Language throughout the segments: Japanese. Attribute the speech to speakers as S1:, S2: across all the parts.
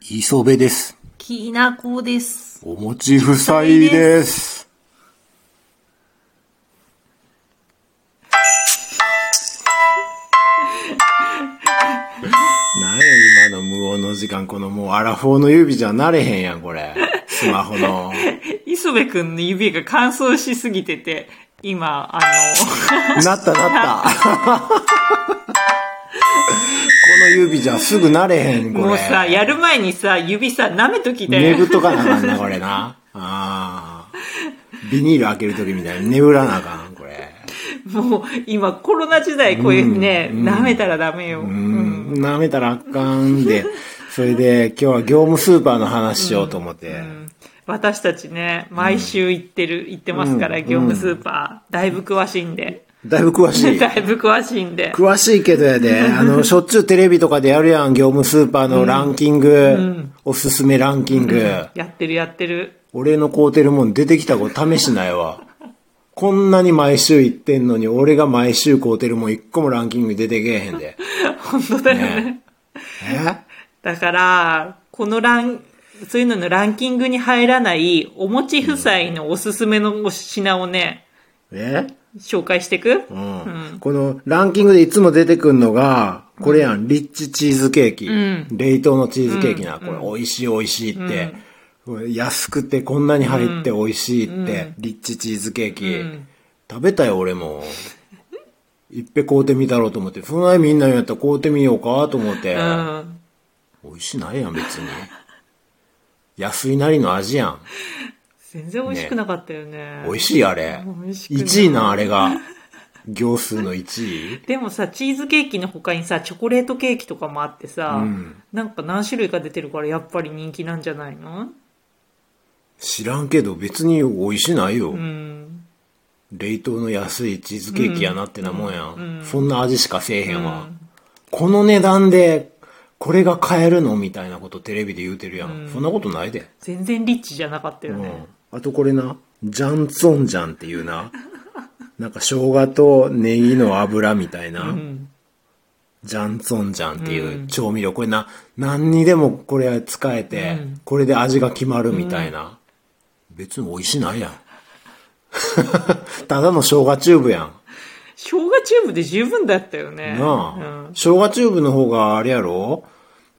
S1: 磯部です。
S2: きなこです。
S1: お餅夫妻です。 なんや今の無音の時間、このもうアラフォーの指じゃなれへんやん、これ。スマホの。
S2: 磯部くんの指が乾燥しすぎてて、今、あ
S1: なったなった。この指じゃすぐなれへ ん、こ
S2: の、
S1: れ。
S2: もうさ、やる前にさ、指さ、舐めときた
S1: ね
S2: よ。
S1: ぶっとかなあかんな、これな。ああ。ビニール開けるときみたいに眠らなあかん、これ。
S2: もう、今、コロナ時代、こういうね、舐めたらダメよ。
S1: うん。舐めたらあかん で。それで、今日は業務スーパーの話しようと思って。
S2: 私たちね、毎週行ってる、行ってますから、
S1: うん
S2: 業務スーパー。だいぶ詳しいんで。
S1: だいぶ詳しい。
S2: だいぶ詳しいんで。
S1: 詳しいけどやで、あ の、しょっちゅうテレビとかでやるやん、業務スーパーのランキング。おすすめランキング。
S2: やってるやってる。
S1: 俺の買うてるもん出てきたこと試しないわ。こんなに毎週行ってんのに、俺が毎週買うてるもん一個もランキングに出てけえへん で。
S2: 本当だよね。
S1: ねえ
S2: だから、このラン、そういうののランキングに入らない、お持ち夫妻のおすすめのお品をね、
S1: え
S2: 紹介していく
S1: うん、このランキングでいつも出てくるのが、これやん、リッチチーズケーキ。冷凍のチーズケーキな。これ美味しい美味しいって。これ安くてこんなに入って美味しいって。リッチチーズケーキ。食べたよ、俺も。いっぺ買うてみたろうと思って。そんなにみんな言うんやったら買うてみようかと思って。
S2: うん。
S1: 美味しないやん、別に。安いなりの味やん。
S2: 全然美味しくなかったよね。
S1: 美味しい、あれ。
S2: 美味しくない
S1: 1位なん、あれが。行数の1位。
S2: でもさ、チーズケーキの他にさ、チョコレートケーキとかもあってさ、なんか何種類か出てるからやっぱり人気なんじゃないの
S1: 知らんけど別に美味しないよ、
S2: うん。
S1: 冷凍の安いチーズケーキやなってなもんやん、そんな味しかせえへんわ、この値段でこれが買えるのみたいなことテレビで言うてるやん、そんなことないで、
S2: 全然リッチじゃなかったよ
S1: う
S2: ね。
S1: ん、あとこれなジャンツォンジャンっていう ななんか生姜とネギの油みたいな、ジャンツォンジャンっていう調味料、これな何にでもこれ使えて、これで味が決まるみたいな、別に美味しないやん ただの生姜チューブやん
S2: 生姜チューブで十分だったよね。
S1: なあ、
S2: うん。
S1: 生姜チューブの方があれやろ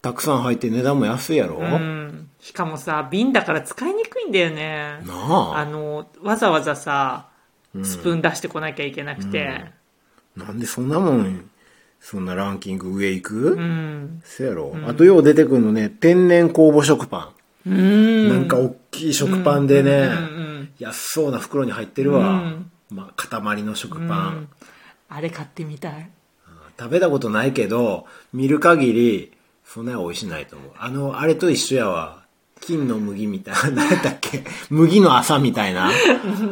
S1: たくさん入って値段も安いやろ、
S2: うん。しかもさ、瓶だから使いにくいんだよね。
S1: なあ
S2: あの、わざわざさ、スプーン出してこなきゃいけなくて。
S1: なんでそんなもんそんなランキング上行く、
S2: うん。
S1: せやろ、あとよう出てくるのね天然酵母食パ
S2: うん。
S1: ン、なんか大きい食パンでね、
S2: うん
S1: 安そうな袋に入ってるわ、
S2: うん
S1: まあ塊の食パン、
S2: あれ買ってみたい。
S1: 食べたことないけど見る限りそんなに美味しないと思うあのあれと一緒やわ金の麦みたいな何だっ け麦の朝みたいな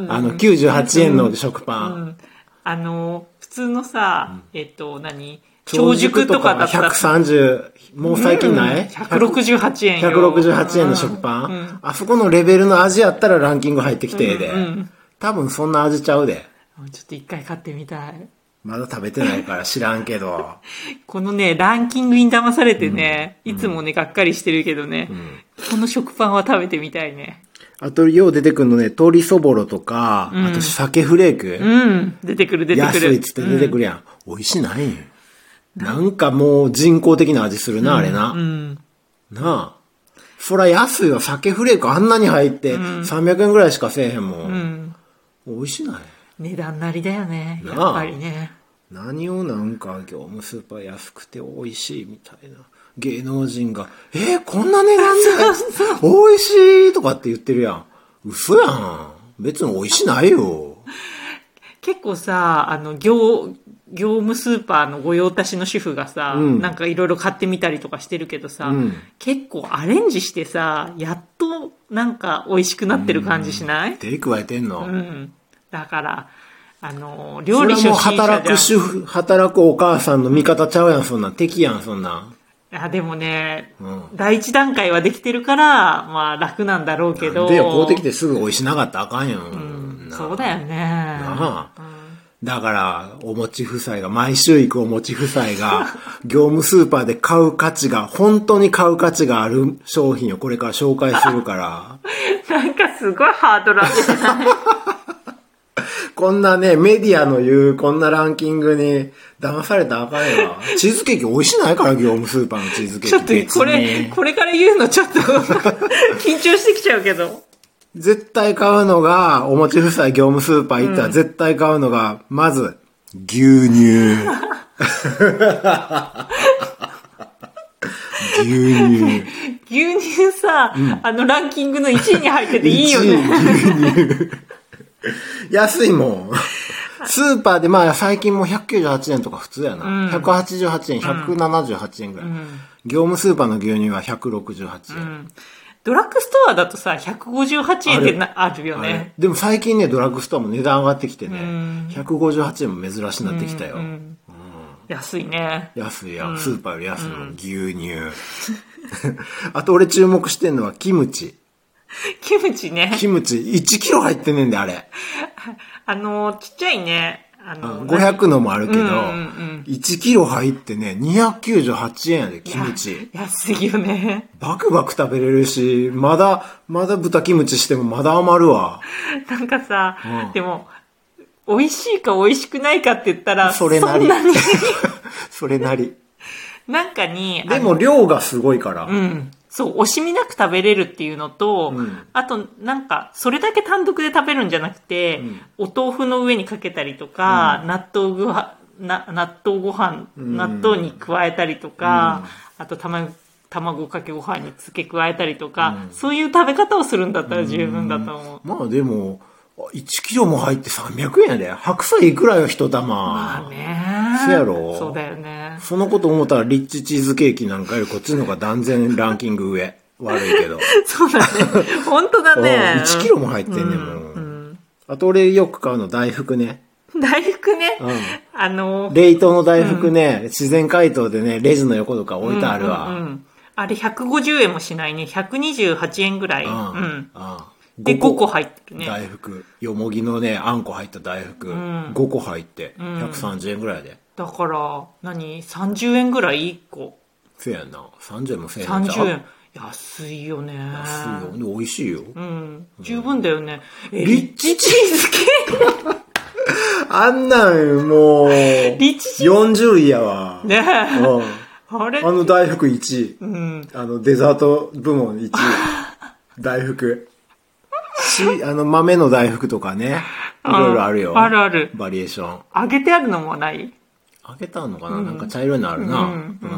S1: あの98円の食パン、
S2: うん。あの、普通のさ、えっと、何
S1: 長
S2: 長
S1: 熟
S2: 熟
S1: と
S2: と
S1: かが
S2: かだったら。
S1: 130もう最近ない、
S2: 168円よ。
S1: 168円の食パン、あそこのレベルの味やったらランキング入ってきてええで、多分そんな味ちゃうで
S2: うんちょっと一回買ってみたい。
S1: まだ食べてないから知らんけど
S2: このね、ランキングに騙されてね、いつもね、がっかりしてるけどね、この食パンは食べてみたいね。
S1: あとよう出てくるのね鶏そぼろとか、あと鮭フレーク、
S2: うん、出てくる出てく
S1: 安
S2: る。
S1: いっつって出てくるやん、美味しないんなんかもう人工的な味するな、あれな、
S2: うん。
S1: なあそら安いわ鮭フレークあんなに入って300円ぐらいしかせえへんもん、
S2: うん。
S1: 美味しない
S2: 値段なりだよね、や
S1: なあ
S2: っぱりね。
S1: 何をなんか業務スーパー安くて美味しいみたいな芸能人が「えーこんな値段で美味しい!」とかって言ってるやん嘘やん別に美味しないよ
S2: 結構さ、あの、業、業務スーパーの御用達の主婦がさ、
S1: うん
S2: なんかいろいろ買ってみたりとかしてるけどさ、
S1: うん
S2: 結構アレンジしてさ、やっとなんか美味しくなってる感じしない
S1: 手加えてんの、
S2: うん。だから、あの、
S1: そ
S2: 料
S1: れ
S2: 理
S1: はもう
S2: 初心者じゃん。
S1: 働く主婦、働くお母さんの味方ちゃうやん、そんなん。敵やん、そんなん。
S2: あ、でもね、
S1: うん
S2: 第一段階はできてるから、まあ楽なんだろうけど。
S1: でよ、買うてきてすぐ美味しなかったらあかんやん。
S2: うん
S1: な
S2: そうだよね。
S1: なあ
S2: うん
S1: だから、お餅夫妻が、毎週行くお餅夫妻が、 業務スーパーで買う価値が、本当に買う価値がある商品をこれから紹介するから、
S2: なんかすごいハードル上げてない
S1: こんなね、メディアの言うこんなランキングに騙されたらあかんよな。チーズケーキ美味しないから、業務スーパーのチーズケーキ。
S2: ちょっとこれ、これから言うのちょっ と緊張してきちゃうけど。
S1: 絶対買うのが、お餅夫妻業務スーパー行ったら絶対買うのが、まず、牛乳。牛乳。
S2: 牛乳さ、あのランキングの1位に入ってていいよ
S1: 1
S2: ね。
S1: 位牛乳。安いもん。スーパーで、まあ最近もう198円とか普通やな。188円、178円ぐらい、業務スーパーの牛乳は168円。
S2: ドラッグストアだとさ、158円ってなあるよ
S1: はい
S2: ね。
S1: でも最近ね、ドラッグストアも値段上がってきてね、158円も珍しになってきたよ。
S2: 安いね。
S1: 安いや、スーパーより安いもん、牛乳。 あと俺注目してんのはキムチ。
S2: キムチね。
S1: キムチ1キロ入ってねえんで、あれ。
S2: あの、ちっちゃいね。あの、
S1: 500のもあるけど、
S2: うんうん
S1: 1キロ入ってね、298円やで、キムチ。
S2: いや安いよね。
S1: バクバク食べれるし、まだ、まだ豚キムチしてもまだ余るわ。
S2: なんかさ、
S1: うん
S2: でも、美味しいか美味しくないかって言ったら、
S1: それなり
S2: んなに、
S1: それなり。
S2: なんかに、あ
S1: で
S2: の
S1: も量がすごいから。
S2: うん。そう、惜しみなく食べれるっていうのと、
S1: うん
S2: あと、なんか、それだけ単独で食べるんじゃなくて、お豆腐の上にかけたりとか、納豆ごは、な、納豆ご飯、
S1: ん
S2: 納豆に加えたりとか、あと卵、卵かけご飯に付け加えたりとか、そういう食べ方をするんだったら十分だと思う。
S1: まあでも、1キロも入って300円やで。白菜いくらよ、一玉。
S2: まあね。
S1: そうやろ
S2: そうだよね。
S1: そのこと思ったら、リッチチーズケーキなんかよりこっちの方が断然ランキング 上。悪いけど。
S2: そうだね。本当だね。
S1: 1キロも入ってんね、もう。あと俺よく買うの大福ね。
S2: 大福ね。
S1: うん
S2: あの、
S1: 冷凍の大福ね、自然解凍でね、レジの横とか置いてあるわ。
S2: う
S1: うんん
S2: うんうんあれ150円もしないね。128円ぐらい。うん。
S1: あ
S2: で、5個入ってるね。
S1: 大福。よもぎのね、あんこ入った大福。
S2: ん
S1: 5個入って、130円ぐらいで。
S2: だから、何 ?30 円ぐらい1個。
S1: せやんな。30円もせえへんちゃう
S2: 30円。安いよね。
S1: 安いよ。で美味しいよ。
S2: うん。十分だよね。え
S1: リ
S2: リ
S1: ッ
S2: ッ
S1: チ
S2: チ
S1: チ
S2: チーズケー
S1: あんなん、もう、
S2: キリッチチー
S1: 40位やわ。
S2: ズねえ。
S1: うん。
S2: あれ
S1: あの大福1位。
S2: うん。
S1: あの、デザート部門1位。大福。し、あの、豆の大福とかね。いろいろあるよ。
S2: あるある。
S1: バリエーション。
S2: 揚げてあるのもない
S1: あげたのかな、なんか茶色いのあるな。うん。こ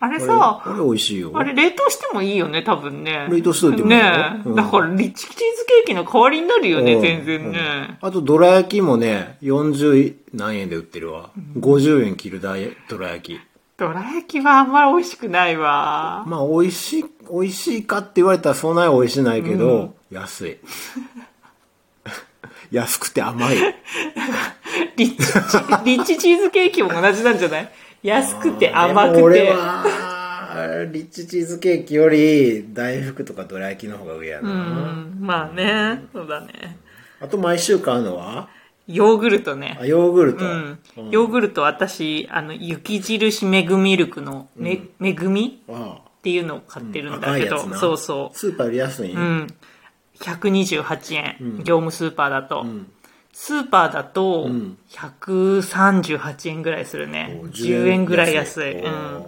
S2: あれ
S1: れ
S2: さ、
S1: これ美味しいよ。
S2: あれ冷凍してもいいよね、多分ね。
S1: 冷凍しといてもいいよ
S2: ねえ
S1: うん
S2: だからリッチチーズケーキの代わりになるよ
S1: う
S2: ね、
S1: ん
S2: 全然ね。
S1: あと、どら焼きもね、40何円で売ってるわ。50円切るだいどら焼き。
S2: どら焼きはあんまり美味しくないわ。
S1: まあ、美味しい、美味しいかって言われたらそんなに美味しないけど、安い。 安くて甘い。
S2: リッチ チ、リッチチーズケーキも同じなんじゃない安くて 甘
S1: でも
S2: く
S1: 俺
S2: て。
S1: は、リッチチーズケーキより、大福とかどら焼きの方が上やな。
S2: うん、まあね、そうだね。
S1: あと、毎週買うのは
S2: ヨーグルトね
S1: あ、。ヨーグルト。
S2: うん
S1: うん。
S2: ヨーグルト私、あの、雪印メグミルクの、め、めぐみ
S1: ああ
S2: っていうのを買ってるんだ
S1: 赤
S2: け
S1: いや
S2: ど
S1: つ、な。
S2: そうそう。
S1: スーパーより安い、、
S2: うんん、128円、業務スーパーだと、
S1: ん
S2: スーパーだと
S1: ん
S2: 138円ぐらいするね、10円ぐらい安い、
S1: お
S2: う
S1: ー
S2: ん、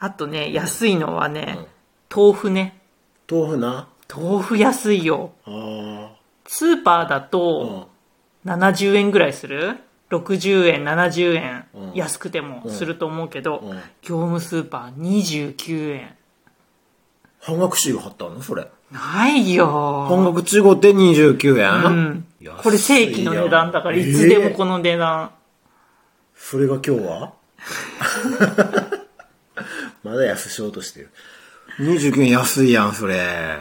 S2: あとね安いのはね、豆腐ね
S1: 豆腐な。
S2: 豆腐安いよ
S1: ああ。
S2: スーパーだ
S1: う
S2: と
S1: ん。
S2: 70円ぐらいする60円70円、
S1: うん
S2: 安くてもすると思うけど、
S1: うん
S2: 業務スーパー29円
S1: 半額集貼ったのそれ。
S2: ないよ、
S1: 半額中古で29円、
S2: うん、これ正規の値段だからいつでもこの値段、
S1: それが今日は まだ安しようとしてる。29円安いやん、それ。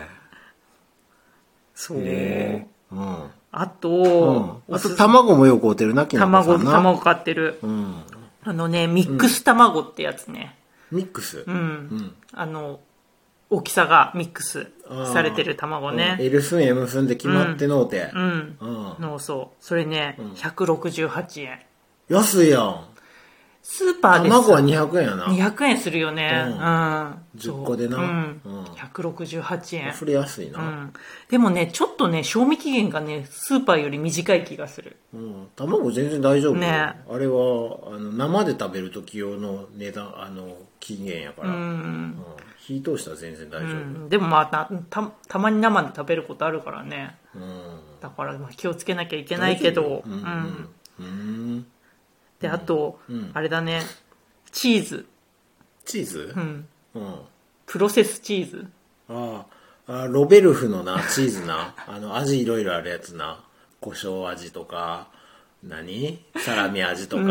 S2: そう。
S1: うん。うん。
S2: あ
S1: あ
S2: と、おす
S1: と、卵もよく売ってるな、きなこさ
S2: 卵、
S1: んな。。
S2: 卵買ってる。
S1: うん。
S2: あのね、ミックス卵ってやつね。
S1: ミックス。
S2: うん。
S1: ん
S2: あの、大きさがミックスされてる卵ね。
S1: L 寸 M 寸で決まってのうて。
S2: うん。
S1: うん
S2: のそう。それね、168円。
S1: 安いやん。
S2: スーパーでさ
S1: 卵は200円やな。
S2: 200円するよね。
S1: う
S2: うんん。
S1: 10個でな
S2: そうう
S1: うん
S2: ん。168円。
S1: それ安いうな。
S2: ん。でもね、ちょっとね、賞味期限がね、スーパーより短い気がする。
S1: うん。卵全然大丈夫よ。
S2: ね
S1: あれは、あの、生で食べる時用の値段、あの、期限やから。うん火通したら全然大丈
S2: う
S1: 夫。
S2: ん。でもまあ、た、たたまに生で食べることあるからね。
S1: うん。
S2: だからまあ気をつけなきゃいけないけど。
S1: う
S2: うん
S1: ん。うん。
S2: で、あと、
S1: ん
S2: あれだね、チーズ。
S1: チーズ
S2: うん。
S1: うん。
S2: プロセスチーズ。
S1: あああ、ロベルフのな、チーズな、あの、味いろいろあるやつな、胡椒味とか、何サラミ味とか、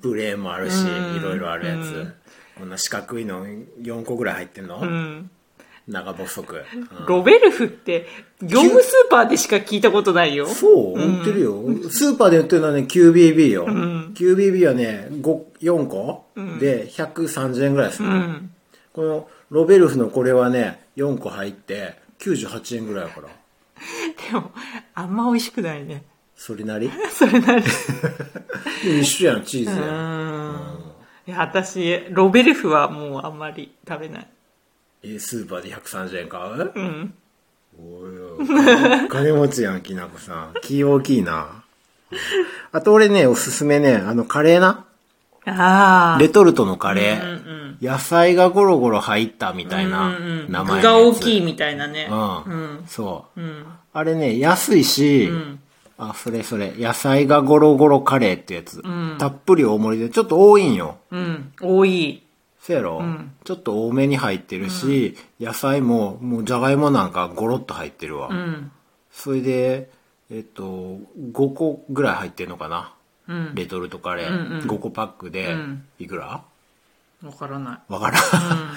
S1: プレーンもあるし、いろいろあるやつ。こんな四角いの4個ぐらい入ってんの、
S2: うん。
S1: 長細く。
S2: ロベルフって、業務スーパーでしか聞いたことないよ。
S1: そう売ってるよ、スーパーで売ってるのはね、QBB よ。QBB はね、五4個、で130円ぐらいする、
S2: うん。
S1: このロベルフのこれはね、4個入って98円ぐらいだから。
S2: でも、あんま美味しくないね。
S1: それなり
S2: それなり。
S1: 一緒やん、チーズやん。
S2: うん。いや、私、ロベルフはもうあんまり食べない。
S1: えスーパーで130円買う
S2: うん。
S1: おいお い金持ちやん、きなこさん。気大きいな。あと俺ね、おすすめね、あの、カレーな。
S2: ああ。
S1: レトルトのカレー。野菜がゴロゴロ入ったみたいな名前
S2: 具が
S1: のや
S2: 大
S1: つ
S2: きいみたいなね。
S1: うん。そう。あれね、安いし、あ、それそれ、野菜がゴロゴロカレーってやつ。たっぷり大盛りで、ちょっと多いんよ。
S2: うん。多い。
S1: せやろ、ちょっと多めに入ってるし、野菜も、もうじゃがいもなんかゴロッと入ってるわ。
S2: うん。
S1: それで、えっと、5個ぐらい入ってんのかな、レトルトカレー、5個パックで、いくら
S2: わからない。
S1: わからん。